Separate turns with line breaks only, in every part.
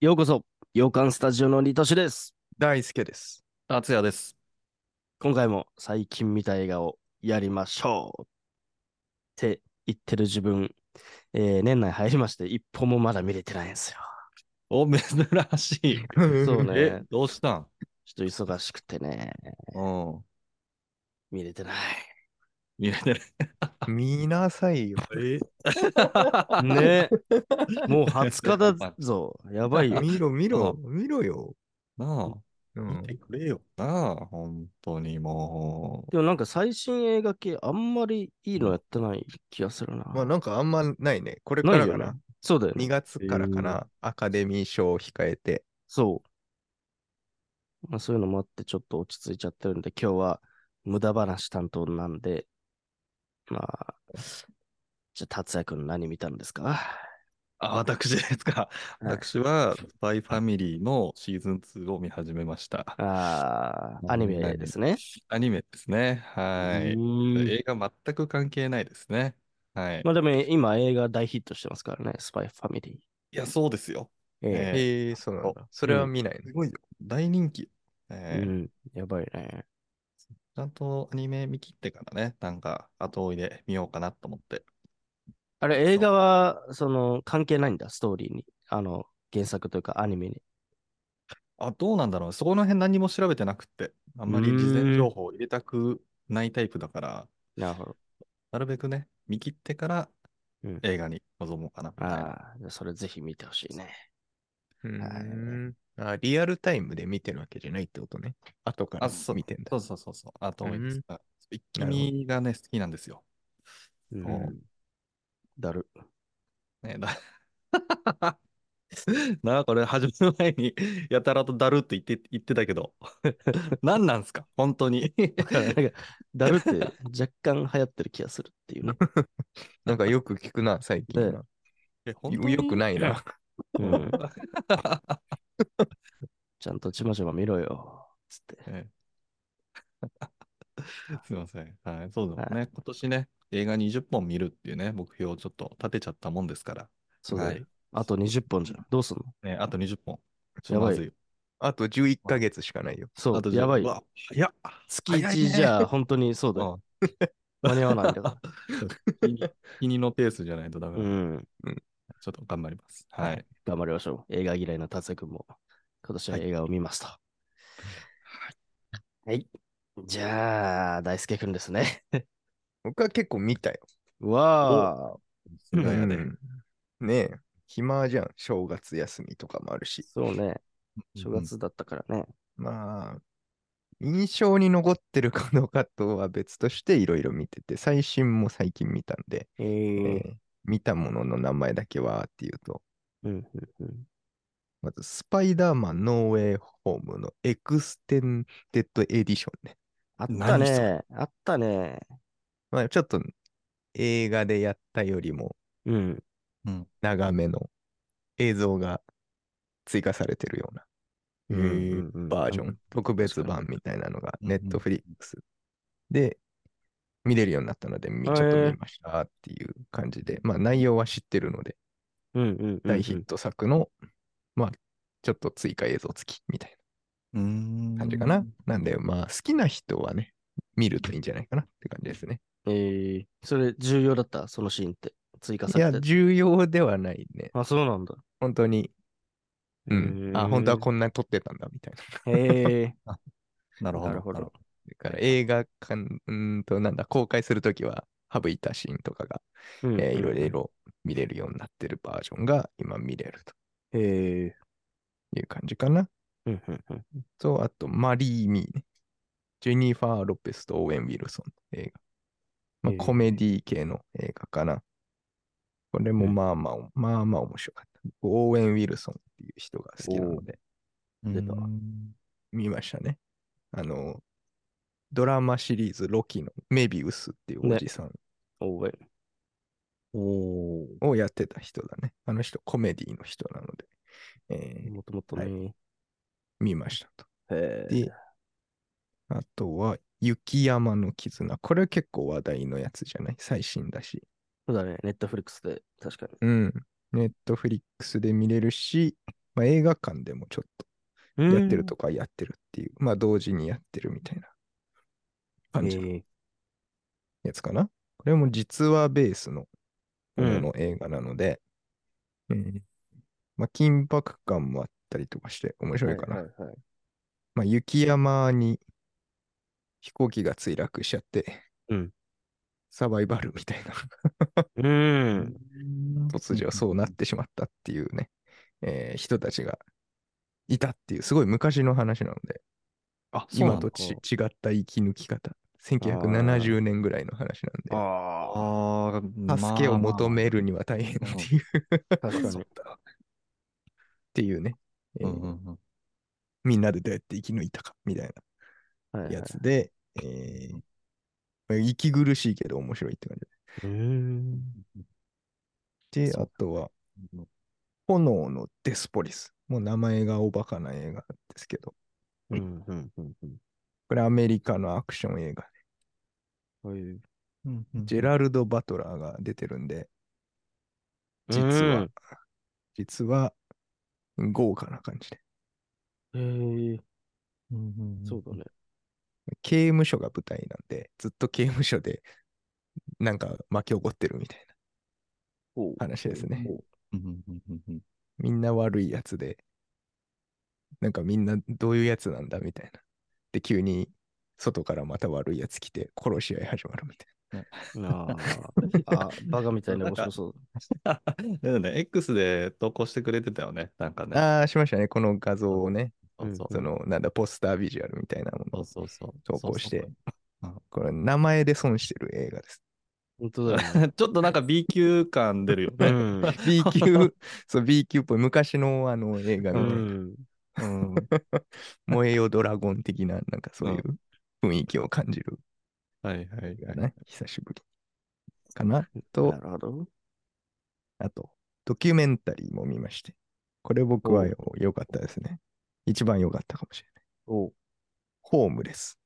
ようこそ、洋館スタジオのリトシです。
大輔です。
達也です。
今回も最近見た映画をやりましょう。って言ってる自分、えー年内入りまして、一本もまだ見れてないんですよ。
お、珍しい。
そうね
え、どうしたん
ちょっと忙しくてね、
うん。
見れてない。
見れてない。
見なさいよ。
ねもう20日だぞ。やばい よ。
見ろ、見ろ、見ろよ。
な
う
あ、
ん
見てくれよ。なあ、本当にも
でもなんか最新映画系あんまりいいのやってない気がするな。
まあなんかあんまないね。これから
な
か
いよ
な
ね。そうだよね。
2月からかな。アカデミー賞を控えて。
そう。まあそういうのもあってちょっと落ち着いちゃってるんで、今日は無駄話担当なんで、まあ、じゃあ達也くん何見たんですか
う。あ、私ですか。
はい
私は、スパイファミリーのシーズン2を見始めました。
ああ、アニメですね。
アニメですね。は
う
い。
ーん
映画全く関係ないですね。はい。
まあでも今映画大ヒットしてますからね、スパイファミリ
いや、そうですよ。
ー。え
ね
えー、そうなんだ。それは見ないね
す。ごいよ。大人気。
え
えー
うん、やばいね。
ちゃんとアニメ見切ってからね、なんか後追いで見ようかなと思って。
あれ、映画は、その、関係ないんだ、ストーリーに。あの、原作というかアニメに。
あ、どうなんだろう。そこの辺何も調べてなくって、あんまり事
うーん
前情報を入れたくないタイプだから、
なるほど。
なるべくね、見切ってから
うん
映画に臨もうかなみたいな。
ああ、じゃあそれぜひ見てほしいね。
う
い
ーんあリアルタイムで見てるわけじゃないってことね。後から
あ、そう、
見てんだ
そ。うそうそうそう。後追いです。あ一気
なるほど
見がね、好きなんですよ。
う。
そうん
だる。
ね、だ なあ、これ始める前に、 やたらとだるって言って、言ってたけど、 何なんすか本当に。
なんか、ダルって若干流行ってる気がするっていうね。
なんかよく聞くな、最近
ね
な。
え本当
よよく
に
ないな。
うん、ちゃんとちまちま見ろよ。つって。
ええ すいません。はい、そうだもん
は
ね。今年ね、映画20本見るっていうね、目標をちょっと立てちゃったもんですから。
そうだよ、
はい
あと20本じゃん。どうすんの
ね、あと20本。
やばい
まずよ。
あと11ヶ月しかないよ。
そ
あと
う、やばい。
わ早っ。
月1じゃ、本当にそうだよ。間に合わないんだから。
気に気にのペースじゃないとダメ
う
だ。
ん。
ちょっと頑張ります。はい。
頑張りましょう。映画嫌いの達也くんも、今年は映画を見ますと。はい。じゃあ、大輔くんですね。
僕は結構見たよ。
わあ。
すごいや
う
で
んねえ、暇じゃん。正月休みとかもあるし。
そうね。正月だったからね。
まあ、印象に残ってるかどうかとは別としていろいろ見てて、最新も最近見たんで、
え
え
ー
ー見たものの名前だけはっていうと、
うんうんうん
まず、スパイダーマンノーウェイホームのエクステンデッドエディションね。
あった
何そ
ね。あったね。
まあ、ちょっと映画でやったよりも
うん。
うん。
長めの映像が追加されてるような
うんうんうん
バージョ
うん
ン、特別版みたいなのが
うん
ネットフリックスで見れるようになったので、みちょっと見ましたっていう感じで、まあ内容は知ってるので、
うんうんうんうん。
大ヒット作の、まあちょっと追加映像付きみたいう
ーん
な感じかな。なんで、まあ好きな人はね、見るといいんじゃないかなって感じですね。
えー、それ重要だったそのシーンって。追加
い
され
や、
てて。
重要ではないね。
あ、そうなんだ。
本当に。うん。
へー
あ、本当はこんな撮ってたんだみたいな。
へえ。
なるほど。
なるほど。
だから映画館、うーんと、なんだ、公開するときは省いたシーンとかが
うん
えーいろい。ろ見れるようになってるバージョンが今見れると
へえ。
いう感じかな。
うんうんうん
と、あと、マリー・ミーね。ジェニファー・ロペスとオーウェン・ウィルソンの映画。ま
えー
あ、コメディ系の映画かな。これも
うん
まあまあ、まあまあ面白かった。僕オーウェン・ウィルソンっていう人が好きなので
出
た
見ましたね。あの、ドラマシリーズロキのメビウスっていうおじさん
おうえ。
おー。
をやってた人だね。あの人コメディの人なので、えー
もともとね。
見ましたと。
へえ。
で、あとは、雪山の絆。これ結構話題のやつじゃない最新だし。
そうだね。ネットフリックスで。確かに。
うん。ネットフリックスで見れるし、まあ、映画館でもちょっとやってるとかやってるっていう、まあ同時にやってるみたいな感じの
え
やつかな。これも実話ベースの
うん
ものの映画なので、うんまあ、緊迫感もあったりとかして面
ー
白いかな。
はいはいはい
まあ、雪山に飛行機が墜落しちゃって、
うん
サバイバルみたいな、
うん。
突如そうなってしまったっていうね、えー人たちがいたっていう、すごい昔の話なので、
あ、そうな
今
ん
と
だ。
ち違った息抜き方、1970年ぐらいの話なん
あ
ああ、
で、助けを求
まあ
めるには大変っていう、
あ、確か
そ
に
う。だ っていうね、えー
うんうんうん
みんなでどうやって生き抜いたかみたい
はいは
ないやつで、えーまあ息苦しいけど面白いって感じ
うーん。
で、
そう
あとは、炎のデスポリス。もう名前がおバカな映画ですけど、
うんうんうんうん
これアメリカのアクション映画。
そういう
うんうん
ジェラルド・バトラーが出てるんで、実
う
は
ん、
実は、豪華な感じで。
へー
うんうんうん
そうだね。
刑務所が舞台なんで、ずっと刑務所で、なんか巻き起こってるみたい
ほう
な話ですね。
ほう
うんうんうんうんうん
みんな悪いやつで、なんかみんなどういうやつなんだみたいな。で、急に外からまた悪いやつ来て、殺し合い始まるみたいな。
あーあ、バカみたいな面白そう。
だよね、X で投稿してくれてたよね、なんかね。
ああ、しましたね。この画像をね、
うん
そう
その、なんだ、ポスタービジュアルみたいなも
そ
の。
うそうそう。
投稿して
そう
これ、名前で損してる映画 です。
本当だよ
そ
ね。
う。ちょっとなんか B 級感出るよ
う
ね。
ん
B 級、 そう、B 級っぽい、昔のあの映画
う
の、
ん。
うん
燃えよドラゴン的な、なんかそういうう雰囲気を感じる
はいはい
映画
はい。
ね、久しぶりに。かなと
な、るほど。
あと、ドキュメンタリーも見まして。これ僕はよ良かったですね。一番良かったかもしれない。
お
ホームレス。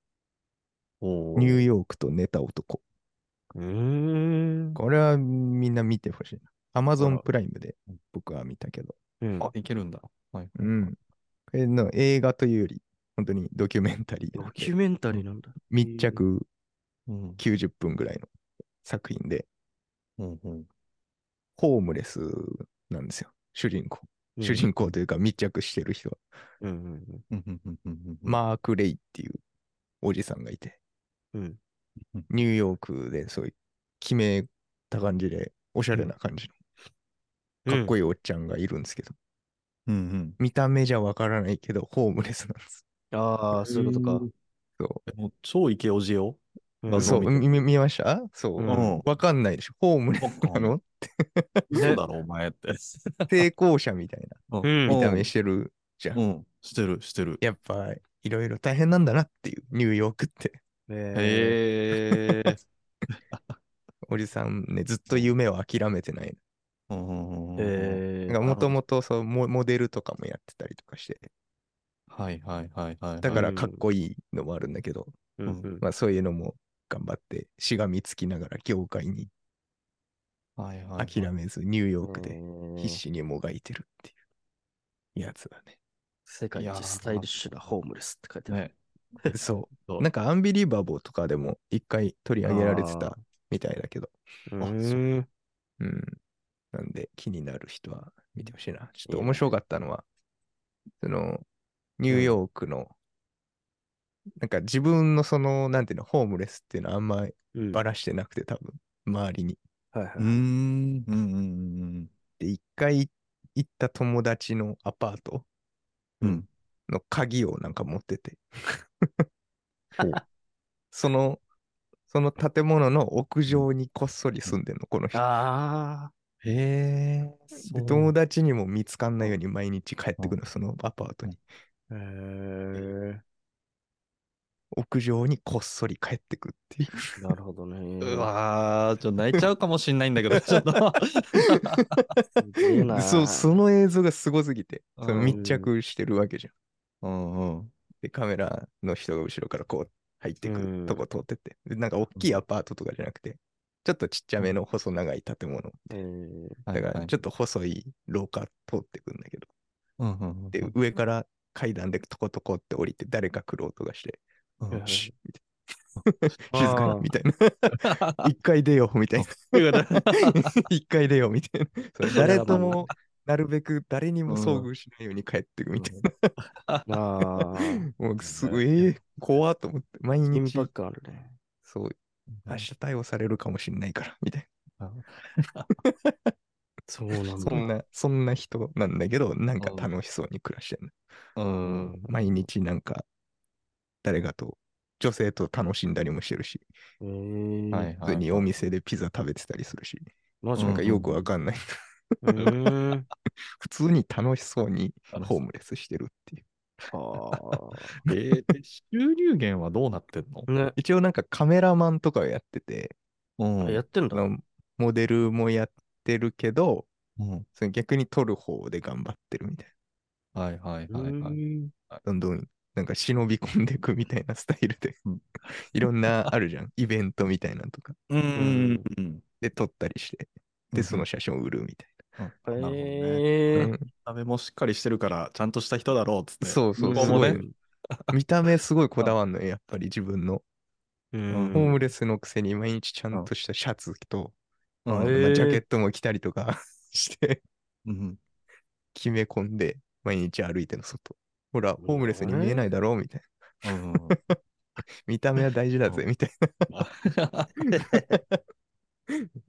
お
ニューヨークと寝た男。
うーん。
これはみんな見てほしいな。アマゾ
あ
ン
ら
プライムで僕は見たけど。
うん
あ、いけるんだ。はい。
うん。これの映画というより、本当にドキュメンタリー
ド
なんで。
キュメンタリーなんだ。
密着
うん
90分ぐらいの作品で、
うんうん
ホームレスなんですよ。主人公。主人公というか密着してる人は、
うんうん
うんうんうんうんうん
マーク・レイっていうおじさんがいて、
うんうん。
ニューヨークでそういう決めた感じで、おしゃれな感じの、かっこいいおっちゃんがいるんですけど、
うんうん
見た目じゃわからないけど、ホームレスなんです。
いい。ああ、そういうことか。
そ
えもう超イケオジよ。
う
う。
ん
そう、
見た
見見ましたそうう。
ん
わ、かんないでしょ。ホームレスなの
嘘だろ、お前って。
成功者みたいな
うん
見た目してるじゃん。
うん、してる、してる。
やっぱいろいろ大変なんだなっていう、ニューヨークって。
え
へ え。
おじさんね、ずっと夢を諦めてない。
ー
え。
えー。
もともとそうモモデルとかもやってたりとかして、
はいはいはいはい。
だからかっこいいのもあるんだけど、
うんうん
まあそういうのも頑張って、しがみつきながら業界に
はいはいはい
諦めず、ニューヨーク
え
で
ー
必死にもがいてるっていうやつだね。
世界
いや
一
ー
スタイリッシュなホームレスって書いてある。
ね。
そ
そう
う。なんかアンビリバボーとかでも一回取り上げられてたみたいだけど、
う
あそう
ーん。
うん。なんで、気になる人は見てほしいな。ちょっ
いい
と
ね
面白かったのは、その、ニューヨークの、なんか自分のその、なんていうの、ホームレスっていうのはあんまり
うん
ばらしてなくて、多分、周りに。
はいは
うー
い。
ん、うんうんうん
で、一回行った友達のアパート
うん。うん。
の鍵をなんか持ってて
ほう、
その、その建物の屋上にこっそり住んでんの、この人。
ああ。
へえ。
で友達にも見つかんないように毎日帰ってくるの、そのアパートに。
えー。
屋上にこっそり帰ってくっていう。
なるほどね。
うわー、ちょっと泣いちゃうかもしんないんだけ ど、ちょっと。
すげえな。
そうその映像がすごすぎて、その
うん
密着してるわけじゃん。
うんうん。
で、カメラの人が後ろからこう入ってく
うん
とこ通ってって、でなんか大きいアパートとかじゃなくて、ちょっとちっちゃめの細長い建物。
えー
だからちょっ
っ
と細い廊下通ってくんだけど、
うんうんうん
で、上から階段でトコトコって降りて、誰か来る音がして、
うん
うん
シュ
あ
ッ
ー
静かにみたいな。 一回出ようみたいな。
よかった
一回出ようみたいな。そう
それ
誰
はまあ
とも、なるべく誰にも遭遇しないように帰ってくみたいな。
ああ。
もうすごい、えー怖っと思って、毎
緊
日
迫、感あるね。
そう、明日逮捕されるかもしれないから、みたい
そうなんだ。
な。そんな、そんな人なんだけど、なんか楽しそうに暮らしてる
うん。
毎日なんか、誰かと、女性と楽しんだりもしてるし、
えー、
はい
普通にお店でピザ食べてたりするし、
マジ
なん
か
か。よくわかんない。
うーん。
普通に楽しそうにホームレスしてるっていう。
は
えー収入源はどうなってんの
あ。 ね。
一応なんかカメラマンとかをやってて、
うん
あやってんだ
あ。のモデルもやってるけど、
うん
その逆に撮る方で頑張ってるみたい
はいはいうはいはい。
ーん
な。どんどんなんか忍び込んでいくみたいなスタイルで
うん、
いろんなあるじゃん。イベントみたいなのとか。
うんん。
で、撮ったりして、で、その写真を売るみたい
なるほどね。
え
な。
ー。
うん
食べもしっかりしてるから、ちゃんとした人だろうっつって。
そうそう、
向こ
す
うも
ごい
ね。
見た目すごいこだわんのよやっぱり自分の。
う
ホー
ん。
ムレスのくせに毎日ちゃんとしたシャツと、
うん
まあ
へえ
ジャケットも着たりとか して、
うん。
決め込んで毎日歩いてるの外。ほら、ホームレスに見えないだろうみたいな。
うん。
見た目は大事だぜ、みたいな。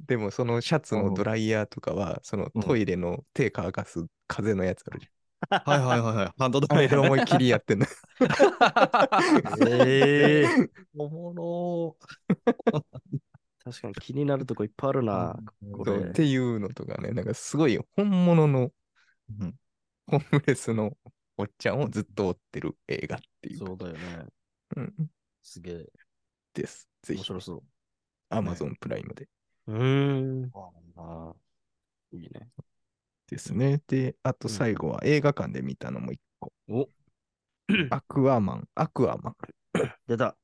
でもそのシャツのドライヤーとかは、そのトイレの手乾かす風のやつあるじ
はいはいはいはい。ハンドド
ゃん。あれで思いっきりやってんの。
えー。
おも
確かに気になるとこいっぱいある
ろ
な。こ
そ
れ
うっていうのとかね、なんかすごい本物の
うん
ホームレスのおっちゃんをずっと追ってる映画っていう
そ
か。
うだよね。
うん、
すげえ。
です。ぜ
面
ひ、
白そ
Amazon プライムで。
う。うーん。
あ
いいね。
ですね。で、あと最後は映画館で見たのも一個。
お
アクアマン、アクアマン、
出た。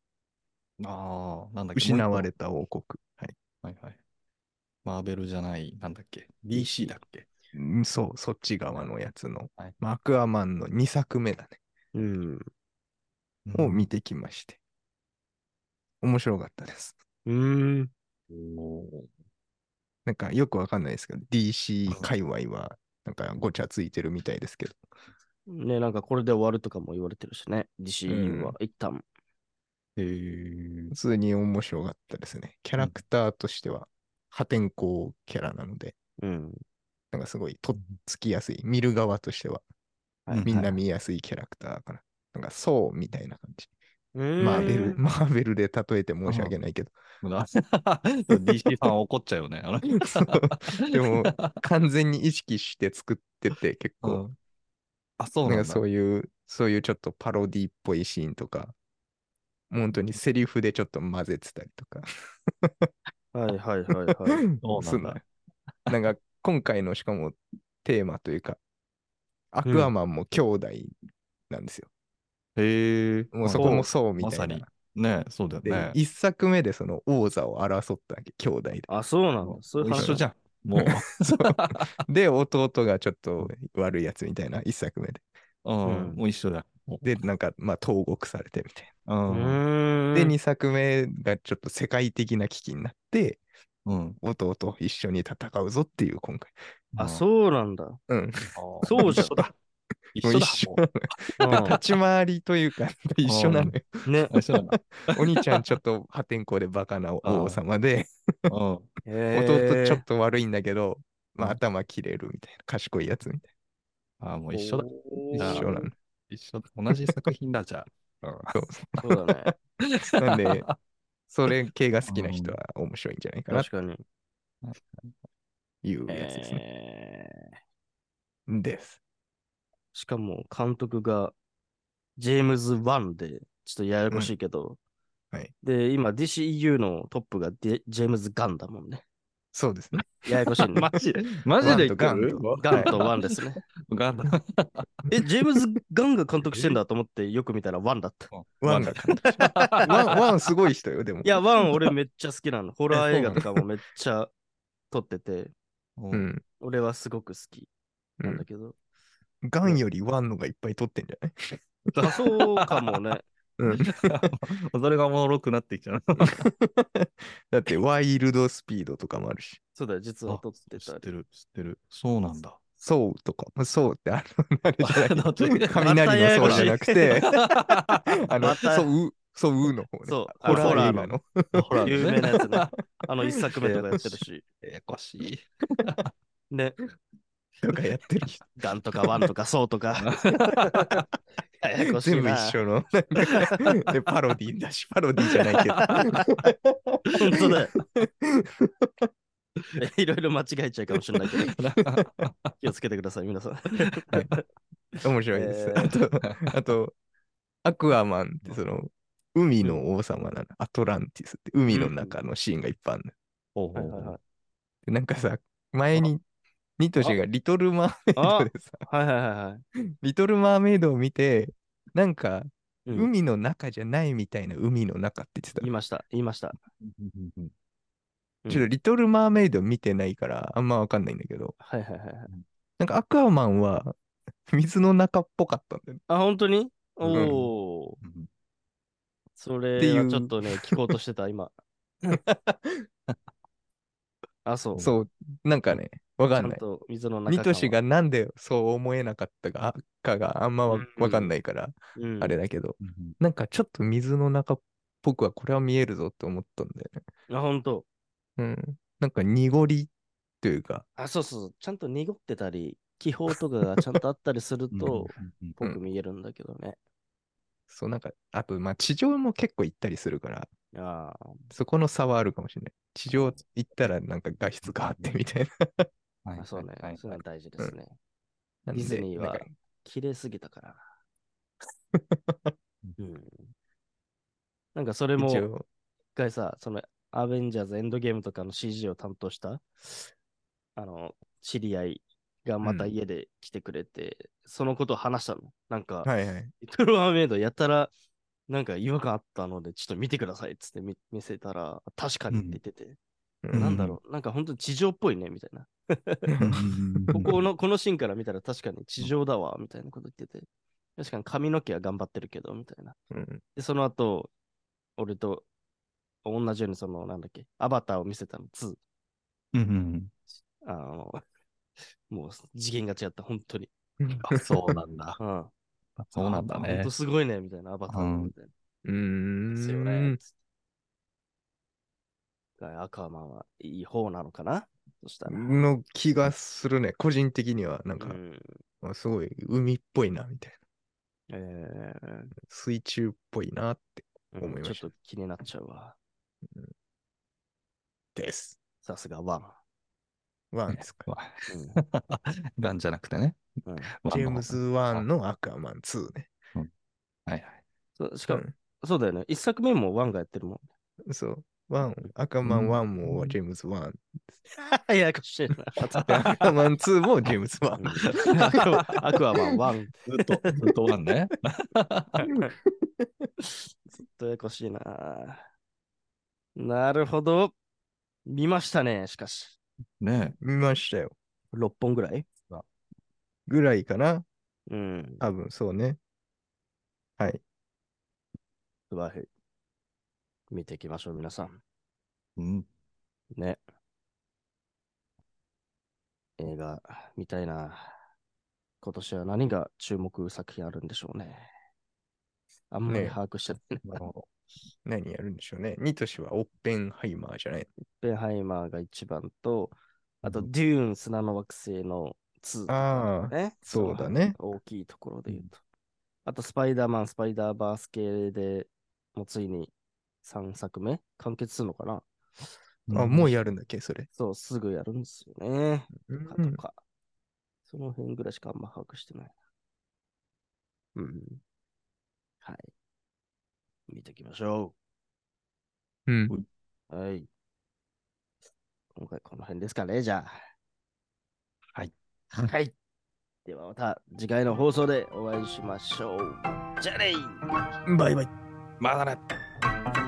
あー、なんだっけ。
失われ
も
た王国。は
う一個はいはい。マーベルじゃない、なんだっけ。DC だっけ。
いん。そう、そっち側のやつの。
はい
まあアクアマンの2作目だね。
うん。
を見てきまして。面白かったです。
うーん。
お
なんかよくわかんないですけど、DC 界隈は、なんかごちゃついてるみたいですけど。
ね、なんかこれで終わるとかも言われてるしね。自身は一旦。
ーへー
普通に面白かったですね。キャラクターとしては破天荒キャラなので、
うん。
なんかすごいとっつきやすい、見る側としては、
はい
みんな見やすいキャラクターかな。なんかそうみたいな感じ。
うーん
マーベル、マーベルで例えて申し訳ないけど、
DC ファン怒っちゃうよね。あの
そうでも完全に意識して作って て、結
う
構、
んあ、そう
な
なんん
か
だ。
そういう、そういうちょっとパロディっぽいシーンとか、本当にセリフでちょっと混ぜてたりとか、
はいはいはいはい。
そうなんだ
すんのなんか今回のしかもテーマというか、アクアマンも兄弟なんですよ。
へえ。
もうそこもそうみ
ま
た
さ
いな
に。。ねそうだよ
で、
ね。
一作目でその王座を争ったわけ、兄弟で。
あ、そうなんだ。そういう話
一緒じ
ゃ
ゃん。もう。
そうで、弟がちょっと悪いやつみたいな、一作目で。
うん、もう一緒だ。もう
で、なんか、まあ、投獄されてみたい
ん。う
う
ーん。
な。で、二作目がちょっと世界的な危機になって、
ん。
弟と一緒に戦うぞっていう、今回。
あ、そうなんだ。
うん。
う
そうじゃん
一緒だ。一
もう
緒だ。
一緒
もう
うん
立ち回りというか、一緒なのよ。
ね。
あ一緒なんだ。
お兄ちゃんちょっと破天荒でバカな王様で、
うん。
弟
弟ちょっと悪いんだけど、まあ、
うん
頭切れるみたいな、賢いやつみたい
あもう一緒だ。
な。
だ
一緒なの。
一緒だ。同じ作品だ、じゃ
そう
そうだね。
あ。
なん でそれ系が好きな人は面白いんじゃないかな
確かに。
というやつですね。
えー
です。
しかも監督がジェームズ・ワンで、ちょっとややこしいけど、
うんはい
で、今 DCEU のトップがデジェームズ・ガンだもんね。
そうですね。
ややこし いね。
マジでマジでガン
ガンとワンですね。
ガン
え、ジェームズ・ガンが監督してんだと思ってよく見たらワンだ った。
ワンが監督してるワンワンすごい人よ、でも。
いや、ワン俺めっちゃ好き なの。ホラー映画とかもめっちゃ撮ってて、
うん。
俺はすごく好き
う
なん
ん
だけど、
ガンよりワンのがいっぱい取ってんじゃない
あそうかも ね。
うん、
それがおもろくなってきたな。
だってワイルドスピードとかもあるし、
そうだよ、実は撮って
知
た
っ
り。
てる、知ってる。そうなんだ。
ソウとかも、ソウってあの、あれじゃ
あの
ない。雷のソウじゃなくて、 あの、
また
ソウ、ソウの方ね。
そうあ
ホ
のホラ
ラ
ー
ー
の
映画の。
ほら、
有名なやつね。 あの一作目とかやってるし。
ややこし い。
ね。
とかやってる人。
ガンとかワンとかソーとか。ややこしい
全部
な
一緒の。なんかで、パロディーだし、パロディーじゃないけ
本当だよ。いろいろ間違えちゃうかもしれない けど、気をつけてください、皆さん。
ど、 面白いです。
えー
あと、あと、アクアマンってその、海の王様なの。アトランティスって海の中のシーンがいっぱいあるの。
ほうほうほう
は
でなんかさ、前に、ニトシがリトルマーメイ
あ
ドでさ、
いはいはいはい。
リトルマーメイドを見て、なんか、
うん
海の中じゃないみたいな海の中って言ってた。
言いました、言いました。うん
ちょっとリトルマーメイド見てないから、あんまわかんないんだけど、
はいはいはいはい。
なんかアクアマンは、水の中っぽかったんだよね。
あ、本当にお
ん
おー、それ
ってい
は
う
ちょっとね、聞こうとしてた、今。あ、そう。う
そう、なんかね、わ
ち
か
ゃ
ん
ん
ない。
と水の中
ニトシが
感
なんでそう思えなかったかかがあんまわ
うん
わかんないから、
は、うん
あれだけど、なんかちょっと水の中っぽくはこれは見えるぞって思ったんだよね。
あ、本当。
うん。なんか濁りというか、
あ、そうそうそう。ちゃんと濁ってたり、気泡とかがちゃんとあったりすると、ぽく見えるんだけどね。
そうなんか、あと、まあ地上も結構行ったりするから、
ああ、
そこの差はあるかもしれない。地上行ったらなんか画質変わってみたい
はい
あそうね。
はい
そういうの大事ですね。
な。
ディズニーは
なんで
綺麗すぎたからな。うん、なんかそれ
なん
も、
か一
一
応、
回さ、そのアベンジャーズエンドゲームとかの CG を担当した、あの、知り合いがまた
うん
家で来てくれて、そのことを話したの。なんか、
はいはい。
リトルマーメイドやたら、なんか違和感あったので、ちょっと見てくださいっつって見見せたら、確かにって言ってて、
う
なん
ん
だろう、なんか本当に地上っぽいね、みたいな。ここの、このシーンから見たら確かに地上だわ、みたいなこと言ってて。確かに髪の毛は頑張ってるけど、みたいな。
うん
で、その後、俺と同じように、その、なんだっけ、アバターを見せたの、2。あの、 もう次元が違った、本当に。
あそうなんだ。
うん。
そうなんだ
本
ね
当。すごいね、みたいな、アバターのみたいな。
うーん。
ですよね。つってアクアマンはいい方なのかなそしたら。
の気がするね。個人的には、なん
う
か、
ん
あすごい海っぽいな、みたいな。
えー
水中っぽいなって。
うん
思いました
ちょっと気になっちゃうわ。
です。
さすがワン。
ワンですか。
ガンじゃなくてね。
うんうん
ジェームズ・ワンのアクアマン2ね。
はい
そうしかも、そうだよね。一作目もワンがやってるも
うんそう。ワン、アクアマン1もジェームズ・ワン。
ん。 ややこしい な。
アクアマン2もジェームズ・ワ ン。
アクアアクアマンワン。
ずっと、ずっとワンね。
ちょっとややこしいな。なるほど。見ましたね、しかし。
ね
見ましたよ。
6本ぐらい
ぐらいかな。
うん。
多分そうね。はい。
素晴らしい。見ていきましょう、皆さん。
うん。
ね。映画見たいな。今年は何が注目作品あるんでしょうね。あんまり
ね
把握してない。
何やるんでしょうね。ニトシはオッペンハイマーじゃない。
オッペンハイマーが一番と、あと、デューン砂の惑星の2とかね、
そうだね。
大きいところで言うと。あと、スパイダーマン、スパイダーバース系でもうついに3作目完結するのかな
あ、もう
い
やるんだっけ、それ。
そう、すぐやるんですよね。か
うん
とか、その辺ぐらいしかあんま把握してないな。うん。はい。見ていきましょ
うん。
う。はい。今回この辺ですかね、じゃあ。
はい。
はい。ではまた次回の放送でお会いしましょう。じゃあねー
バイバイ。
まだね。